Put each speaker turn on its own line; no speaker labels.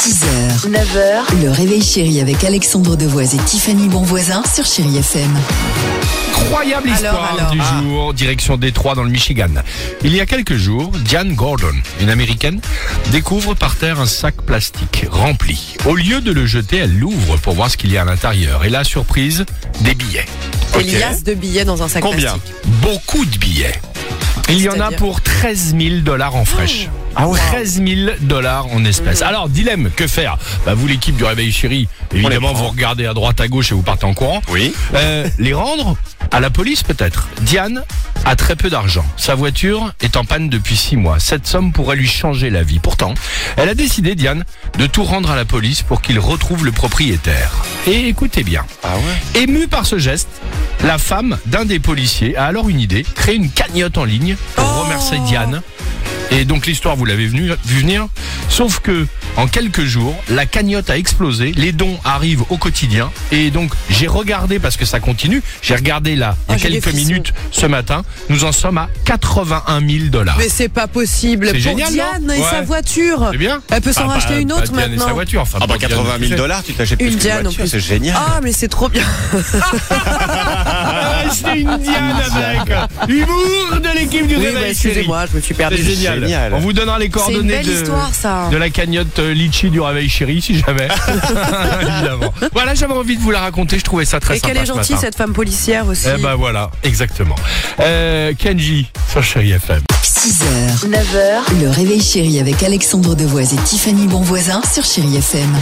6h, 9h, le réveil chéri avec Alexandre Devoise et Tiffany Bonvoisin sur Chéri FM.
Incroyable
Alors,
histoire
alors.
du
Ah.
jour, direction Détroit dans le Michigan. Il y a quelques jours, Diane Gordon, une américaine, découvre par terre un sac plastique rempli. Au lieu de le jeter, elle l'ouvre pour voir ce qu'il y a à l'intérieur. Et la surprise, des billets.
Des liasses de billets dans un sac
Combien
plastique.
Beaucoup de billets. Il y en a
C'est-à-dire
pour 13 000 dollars en fraîche. Ah 13 000 dollars en espèces. Alors, dilemme, que faire bah, Vous, l'équipe du Réveil Chéri, évidemment, vous regardez à droite, à gauche et vous partez en courant.
Oui.
Euh, les rendre à la police peut-être. Diane a très peu d'argent. Sa voiture est en panne depuis six mois. Cette somme pourrait lui changer la vie. Pourtant, elle a décidé, Diane, de tout rendre à la police pour qu'il retrouve le propriétaire. Et écoutez bien.
Ah ouais
Émue par ce geste, la femme d'un des policiers a alors une idée, créer une cagnotte en ligne pour
Oh.
remercier Diane. Et donc l'histoire, vous l'avez venu- vu venir. Sauf que, en quelques jours, la cagnotte a explosé, les dons arrivent au quotidien. Et donc, j'ai regardé, parce que ça continue, j'ai regardé là, il y
Ah,
a
j'ai des
quelques
frissons.
minutes, ce matin, nous en sommes à 81 000 dollars.
Mais c'est pas possible.
C'est
Pour
génial,
Diane
non
et sa
Ouais.
voiture.
C'est bien
Elle peut s'en
Enfin,
racheter
pas-
une
pas
autre
Ah, bah, Diane et sa
maintenant.
voiture, enfin,
Ah bah
pour Diane,
80 000 dollars, tu t'achètes
Une
plus qu'une
Diane en
voiture,
plus.
c'est génial.
Ah, mais c'est trop bien.
Ah, c'est une Diane avec Humour de l'équipe du
Oui, bah,
Réveil Chéri.
excusez-moi, je me suis
C'est
perdu.
génial.
Génial.
On vous donnera les
C'est une
coordonnées
belle
de,
histoire, ça.
de la cagnotte euh, Litchi du Réveil Chéri, si jamais. Évidemment. Voilà, j'avais envie de vous la raconter. Je trouvais ça très
Et
sympa
qu'elle est
ce
gentille,
matin.
cette femme policière aussi.
Eh ben voilà, exactement. Euh, Kenji sur Chéri FM.
6h, 9h, le réveil chéri avec Alexandre Devoise et Tiffany Bonvoisin sur Chéri FM.